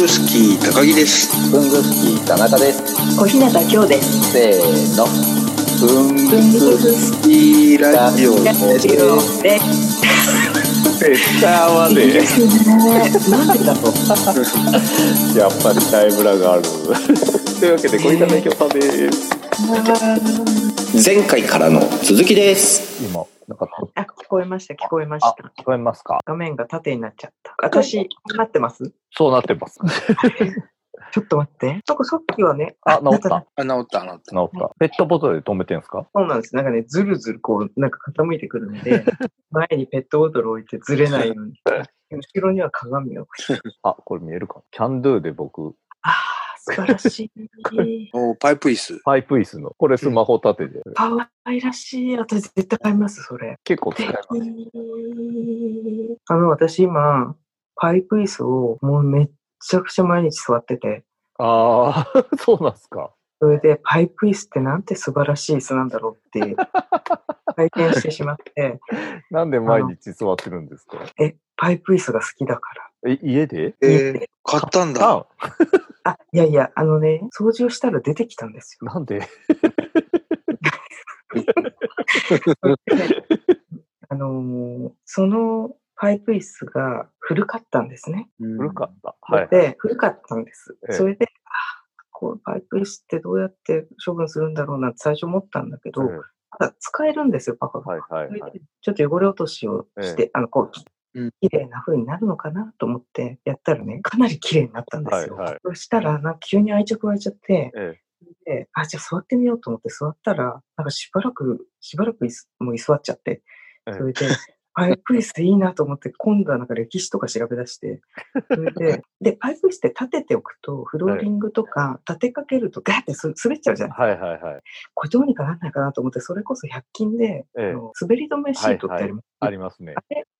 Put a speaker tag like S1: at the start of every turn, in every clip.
S1: グスキー高木です
S2: ふんぐすき田中です。
S3: 小日向京です。
S2: せーの。ふんぐすき
S1: いいラジオで
S3: ラジ
S1: す
S3: オで
S4: 絶対合わねえ
S3: すね。なんでだろう。
S4: やっぱりタイムラがあるというわけで小板の京さんです
S5: 前回からの続きです。
S2: 今、なんかった、
S3: あ、聞こえました、聞こえまし
S2: あ
S3: た。、
S2: 聞こえますか
S3: 画面が縦になっちゃった。私、なってます
S2: そうなってます。
S3: ちょっと待って。なんかさっきはね、
S2: あ、治った。
S1: あ治った治った
S2: 治った。ペットボトルで止めてんすか
S3: そうなんです。なんかね、ずるずるこう、なんか傾いてくるん で、前にペットボトル置いてずれないように。後ろには鏡を。
S2: あ、これ見えるかなキャンドゥで僕、
S3: ああ、素晴らし い。
S1: おパイプ椅子
S2: パイプ椅子の、これスマホ立てで、
S3: 可愛らしい。私絶対買います、それ。
S2: 結構使います。
S3: あの、私今、パイプ椅子をもうめっちゃくちゃ毎日座ってて、
S2: あー、 そうなんすか。
S3: それでパイプ椅子ってなんて素晴らしい椅子なんだろうって、体験してしまって、
S2: なんで毎日座ってるんですか
S3: え、パイプ椅子が好きだか
S2: え、家で
S1: えー、買ったんだ
S2: あ、
S3: ら。あ、いやいや、あのね、掃除をしたら出てきたんです よ。
S2: なんで
S3: あのーそのパイプ椅子が古かったんですね。
S2: 古かった。
S3: で、
S2: はい。
S3: 古かったんです。
S2: ええ
S3: それで、あこうパイプ椅子ってどうやって処分するんだろうなって最初思ったんだけど、
S2: うん
S3: まだ使えるんですよ、パパが。
S2: はいはいはい。
S3: ちょっと汚れ落としをして、あの、こう
S1: うん、
S3: 綺麗な風になるのかなと思ってやったらね、かなり綺麗になったんですよ。
S2: はいはい
S3: そしたら、なんか急に愛着湧いちゃって、
S2: え
S3: であ、じゃあ座ってみようと思って座ったら、なんかしばらく、しばらく椅子もう居座っちゃって、
S2: ええ
S3: それで、パイプ椅子いいなと思って、今度はなんか歴史とか調べ出して、それ で、で、パイプ椅子って立てておくと、フローリングとか立てかけるとガーってす滑っちゃうじゃ
S2: え
S3: ない
S2: はいはいはい。
S3: これどうにかならないかなと思って、それこそ100均で、
S2: ええ
S3: あの滑り止めシートってあります、
S2: ありますね。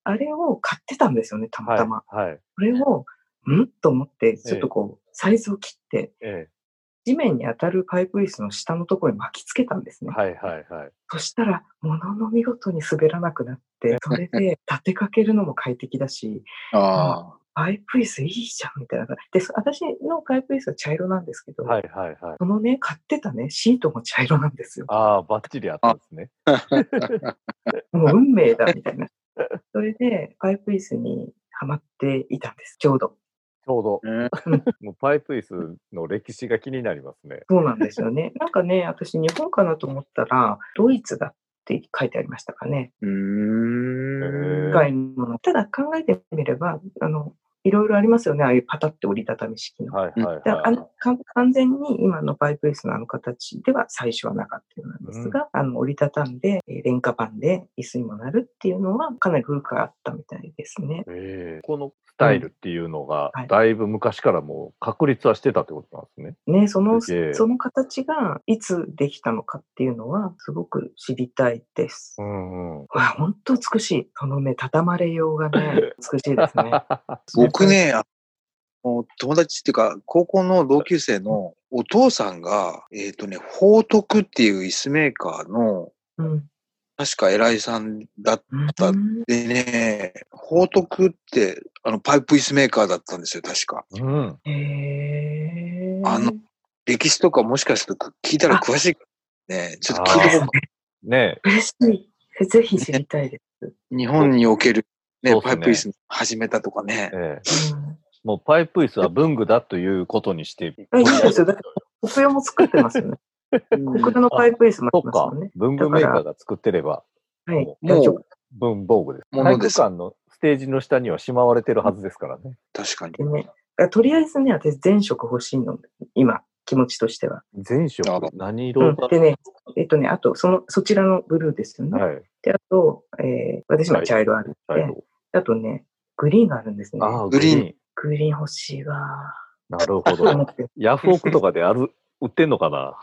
S3: あれを買ってたんですよね、たま
S2: はい
S3: たま。
S2: はい。
S3: これを、んと思って、ちょっとこう、サイズを切って、
S2: え
S3: 地面に当たるパイプ椅子の下のところに巻きつけたんです
S2: え
S3: ね。
S2: はいはいはい。
S3: そしたら、ものの見事に滑らなくなって、それ で立てかけるのも快適だし、
S1: あ
S3: パイプ椅子いいじゃん、みたいな。で、そ私のパイプ椅子は茶色なんですけど、
S2: はいはいはい。
S3: そのね、買ってたね、シートも茶色なん ですよ。
S2: ああ、ばっちりあったんですね。
S3: もう運命だ、みたいな。それで、パイプ椅子にはまっていたんです、ちょうど。
S2: ちょうど。
S1: うん
S2: もうパイプ椅子の歴史が気になりますね。
S3: そうなんですよ ね。なんかね、私、日本かなと思ったら、ドイツだって書いてありましたかね。
S1: うーん
S2: へー
S3: 外ものただ考えてみれば、あの、いろいろありますよね。ああいうパタって折りたたみ式の。
S2: はいはい
S3: だあ
S2: はい。
S3: のか完全に今のパイプ椅子のあの形では最初はなかったようなんですが、あの折りたたんで、えー廉価版で椅子にもなるっていうのはかなり古くからあったみたいですね。
S2: ええこのスタイルっていうのが
S3: はい、
S2: だいぶ昔からもう確立はしてたってことなんですね。
S3: ね、その、
S2: すげえ
S3: その形がいつできたのかっていうのはすごく知りたいです。
S2: うんうん。
S3: わ、本当美しい。そのね、畳まれようがね、美しいです ね。
S1: 僕。ねあの友達っていうか高校の同級生のお父さんがえっ、とね宝徳っていう椅子メーカーの
S3: うん。
S1: 確か偉いさんだっだ
S3: うん
S1: てね宝徳ってあのパイプ椅子メーカーだったんですよ確か
S2: うん。
S3: へー
S1: あの、歴史とかもしかすると聞いたら詳しいからねちょっと聞いてこうか
S2: ね
S3: 嬉しい。えぜひ知りたいで
S1: 日本における、ね
S2: そうっす
S1: パ
S2: ね
S1: イプ椅子始めたとかね
S2: え。。ええ
S3: す。うん
S2: もうパイプ椅子は文具だということにして。
S3: あいいですよ。だって、国用も作ってますよね。
S1: うん
S3: 国用のパイプ椅子もあり
S2: そう
S3: ます
S2: か
S3: もんね。。
S2: 文具メーカーが作ってれば
S3: はい。
S2: も
S3: 大
S1: も
S3: 丈夫
S1: う
S2: 文房具です。
S1: も
S2: 体
S1: の
S2: 育
S1: です
S2: 館のステージの下にはしまわれてるはずですからね。
S1: 確かに。
S3: でね。あとりあえずね、私全色欲しいの。今、気持ちとしては。
S2: 全色
S1: あら
S2: 何
S3: う
S2: 色
S3: ん
S2: だ、、
S3: でね、えっとね、あと、その、そちらのブルーですよね。
S2: はい。
S3: で、あと、えー、私も茶色あるんで、
S2: 茶色。
S3: あとね、グリーンがあるんですね。
S2: ああ、
S1: グ
S2: グ
S1: リ
S2: リ
S1: ーン
S2: ーン。
S3: グリーン欲しいわ
S2: なるほ
S3: ー。と思
S2: ど。
S3: って
S2: ヤフオクとかである、売ってんのかな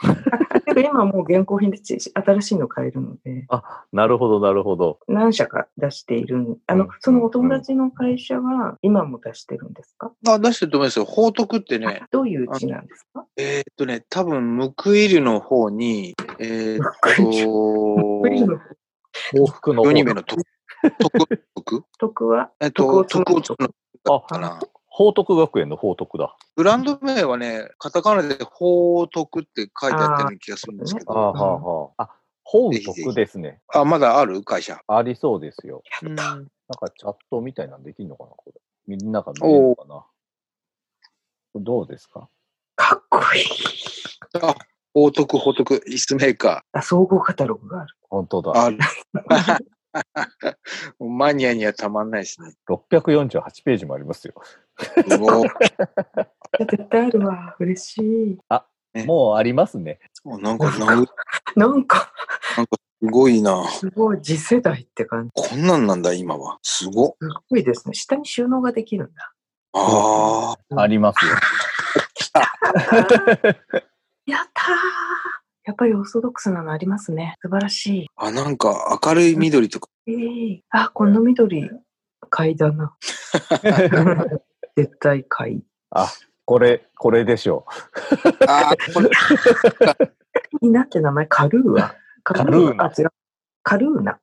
S3: だけど今はもう現行品でち新しいの買えるので、
S2: あ、なるほど、なるほど。
S3: 何社か出しているんあの、
S2: うん
S3: そのお友達の会社は今も出してるんですか、
S1: あ、出してると思いますよ。宝徳ってね、
S3: あどういう字なんですか
S1: えーっとね、多分、ムクイルの方に、えーっ
S3: グリーン
S1: と、
S3: の
S2: 幸福の
S1: 4
S2: 方。
S1: 人目の徳、徳、徳
S3: 得は
S1: えっ
S3: 徳を
S1: と、
S3: 取る
S1: 徳を取るの
S2: あ、
S1: かな。
S2: 報徳学園の報徳だ。
S1: ブランド名はね、カタカナで宝徳って書いてあったような気がするんですけ
S2: あ
S1: ど。
S2: あ、はあ、はあ。あ、報
S1: ぜひぜひ
S2: 徳ですね。
S1: あまだある会社。
S2: ありそうですよ。
S3: やった。
S1: うん
S2: なんかチャットみたいなのできんのかな、これ。みんなが見れるのかな。どうですか
S3: かっこいい。
S1: あ、宝徳、宝徳、椅子メーカ
S3: あ、総合カタログがある。
S2: 本当だ
S1: ー。。ある。もうマニアにはたまんないですね。
S2: 648ページもありますよ。
S1: すごい
S3: いや絶対あるわ。嬉しい。
S1: ね
S2: もうありますね。
S1: おなんか、なんか
S3: なんか、
S1: すごいな。
S3: すごい次世代って感じ。
S1: こんなんなんだ、今は。すごっ。
S3: すごいですね。下に収納ができるんだ。
S1: ああ。
S3: うん
S2: ありますよ。
S3: やったーやっぱりオーソドックスなのありますね。素晴らし
S1: あ、なんか明るい緑 とか。
S3: い。ええあ、この緑、買いだな。絶対買い。
S2: これ、これでしょ
S1: ああ、これ。
S3: いいなって名前、カルーア。カ
S2: ルーナ
S3: あ、違う。カルー ナ。あ、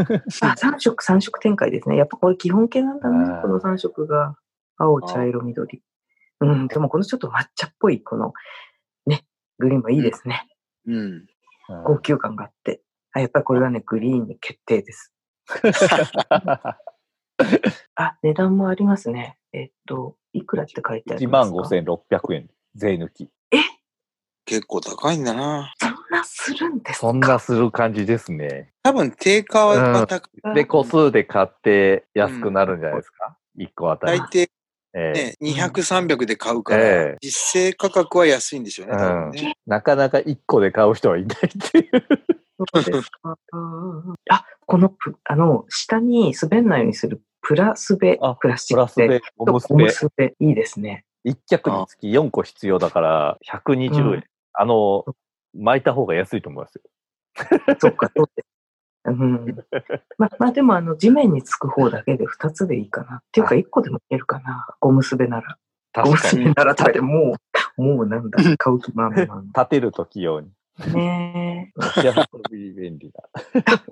S3: 3色、3色展開ですね。やっぱこれ基本形なんだ
S2: あー
S3: ね。この3色が。青、茶色、緑。うん、でもこのちょっと抹茶っぽい、この、ね、グリーンもいいですね。
S1: うん。
S2: う。
S3: 号泣感があって。あ、やっぱりこれはね、グリーンに決定です。あ、値段もありますね。えっと、いくらって書いてあり
S2: 1
S3: ま
S2: 万
S3: すか
S2: 5600円。税抜き。
S1: 結構高いんだな。
S3: そんなするんですか
S2: そんなする感じですね。
S1: 多分、定価は高い。
S2: で、個数で買って安くなるんじゃないですか。1個あた
S1: 大
S2: り。
S1: 抵
S2: え
S1: ね、200、300で買うか
S2: え
S1: ら
S2: え、
S1: 実勢価格は安いんでしょうね、多分
S2: え
S1: ね。
S2: なかなか1個で買う人はいないっていう。
S3: そうですか。うんうんうんあ、このプ、あの、下に滑んないようにするプラスベ
S2: あ、
S3: プラスチ
S2: プ
S3: ッ
S2: ラ
S3: ク
S2: スで、おむすべ。
S3: すべ。いいです ね。
S2: 1脚につき4個必要だから、120円。
S3: うん
S2: あの、巻いた方が安いと思いますよ。
S3: そっか、そうです。うん、ままあでもあの地面につく方だけで2つでいいかなっていうか
S2: は
S3: 1個でもいけるかなゴムすべならゴム
S2: 確か
S3: す
S2: に。
S3: べならとかでもうもうなん だ買う気満々
S2: 立てるとき用に。
S3: ねえ
S2: 持ち運び便利だ。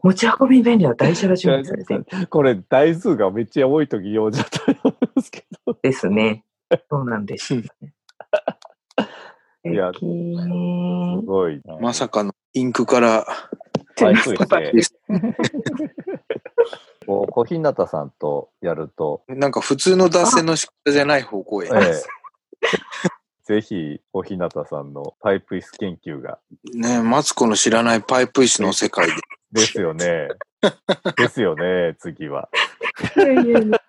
S3: 持ち運び便利は台車が準備されている
S2: これ、台数がめっちゃ多いとき用じゃったんですけど。
S3: ですねそうなんですよ ね
S2: いや
S3: 素敵
S2: すごいな。
S1: まさかのインクから、
S2: 台数
S1: パパ
S2: で。こう小日向さんとやると、
S1: なんか普通の脱線の仕方じゃない方向へ
S2: え。え、ぜひ小日向さんのパイプ椅子研究が。
S1: ねマツコの知らないパイプ椅子の世界で。
S2: ですよね。ですよね、次は。
S3: いやいやいや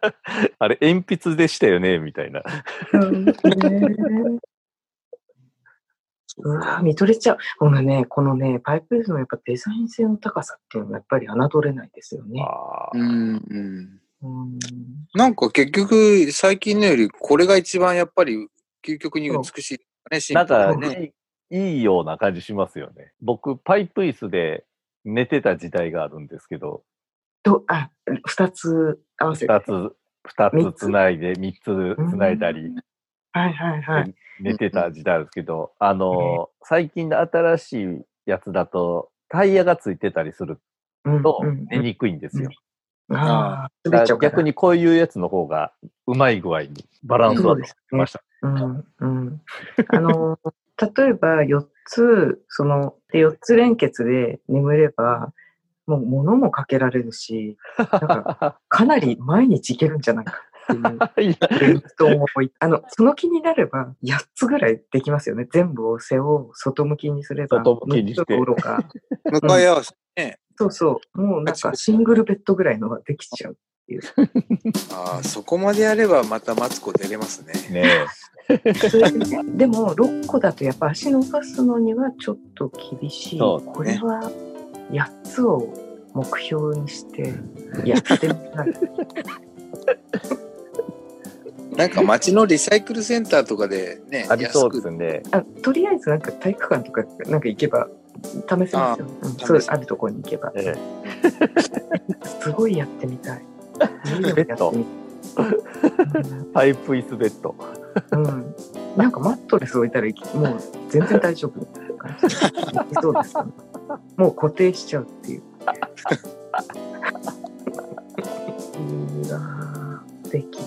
S2: あれ、鉛筆でしたよね、みたいな。
S3: そうねうわぁ、見とれちゃう。このね、このね、パイプ椅子のやっぱデザイン性の高さっていうのはやっぱり侮れないですよね。
S2: あ
S1: う
S2: ー
S1: んうん
S3: うん、
S1: なんか結局、最近のより、これが一番やっぱり、究極に美しいね。シン
S2: なん
S1: プル
S2: か
S1: でね。
S2: いい、いいような感じしますよね。僕、パイプ椅子で寝てた時代があるんですけど、
S3: と、あ、二つ合わせて。
S2: 二
S3: は
S2: つ、二
S3: 三
S2: つ
S3: つ
S2: つないで、三つつないだり、
S3: いはいはい。
S2: 寝てた時代あるんですけど、あの、最近の新しいやつだと、タイヤがついてたりする
S3: うん
S2: と
S3: うん
S2: 寝にくいんですよ。
S3: ああ、
S2: だ
S3: 滑っち
S2: か
S3: ゃうから
S2: ら逆。にこういうやつの方がうまい具合にバランス
S3: そ
S2: を
S3: うです
S2: ました。
S3: うんうん。あの、例えば4つ、その、で4つ連結で眠れば、もう物もかけられるし、なんかかなり毎日いけるんじゃないかっていう。
S2: いや
S3: と思い、 あの、その気になれば、8つぐらいできますよね。全部を背を外向きにすれば、
S2: 外向きにして
S3: 6つどころ か。
S1: 向かい合わせ。
S3: そうそう。もうなんか、シングルベッドぐらいのができちゃう。
S1: ああ、そこまでやればまたマツコ出れますね。
S2: ねえ
S3: それでね、でも、6個だとやっぱ足伸ばすのにはちょっと厳しい。
S2: そうだね
S3: これは、8つを目標にして、やってみた い。
S1: なんか街のリサイクルセンターとかでね、
S2: ありそうで
S1: 安く
S2: すね。
S3: あとりあえずなんか体育館とかなんか行けば試せますよ、うん、
S1: 試せ
S3: そうあるところに行けば、
S2: え
S3: すごいやってみたい家でもやってみたい
S2: パイプ椅子ベッド。
S3: うんうんなんかマットレス置いたらいきもう全然大丈夫って感じいそうですよねもう固定しちゃうっていういいなぁ素敵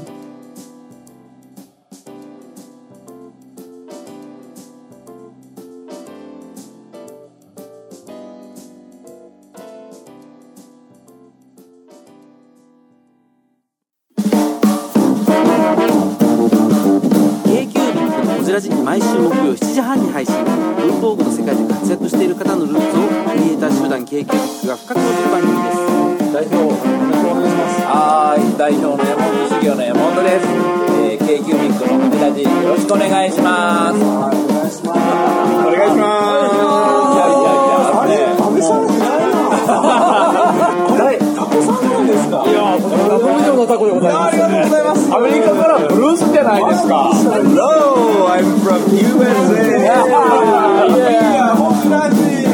S6: ジラジ毎週木曜7時半に配信文房具の世界で活躍している方のルーツをクリエイター集団 KQ ビッグが深く掘る番組です
S7: 代表、よろしくお願いします。はい、代表の山本修行の山本です。えー、K キュービックの小ラジよろしくお願いします。はい、お願いします。お願いします。いやいやいや、あれ、食べされてないな。あれ、タコさんなんですか。いや、タコ以上のタコでございます、ありがとうございます。アメリカからブルースじゃないですか。Hello, I'm from USA. いや、僕ラジ。
S5: い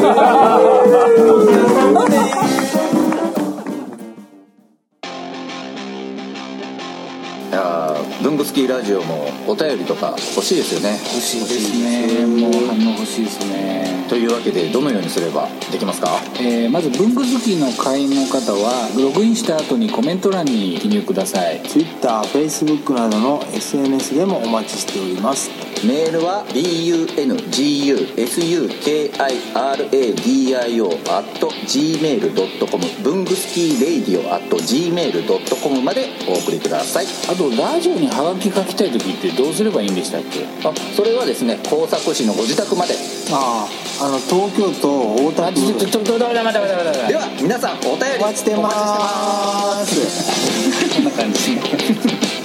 S5: やー文具好きラジオもお便りとか欲しいですよね
S8: 欲しいですねもう反応欲しいですね
S5: というわけでどのようにすればできますか
S8: えーまず文具好きの会員の方はログインした後にコメント欄に記入ください
S9: TwitterFacebook などの SNS でもお待ちしております
S5: メールは bungususukiradio.gmail.com 文具スキーレイディオ at .gmail.com までお送りください
S8: あとラジオにハガキ書きたい時ってどうすればいいんでしたっけ
S5: あそれはですね工作士のご自宅まで
S9: あああの東京都大田
S8: あちょっと
S9: 区
S8: ちょっと待って待って待って待って
S5: では皆さんお便り
S9: お待ちしてます
S8: こんな感じ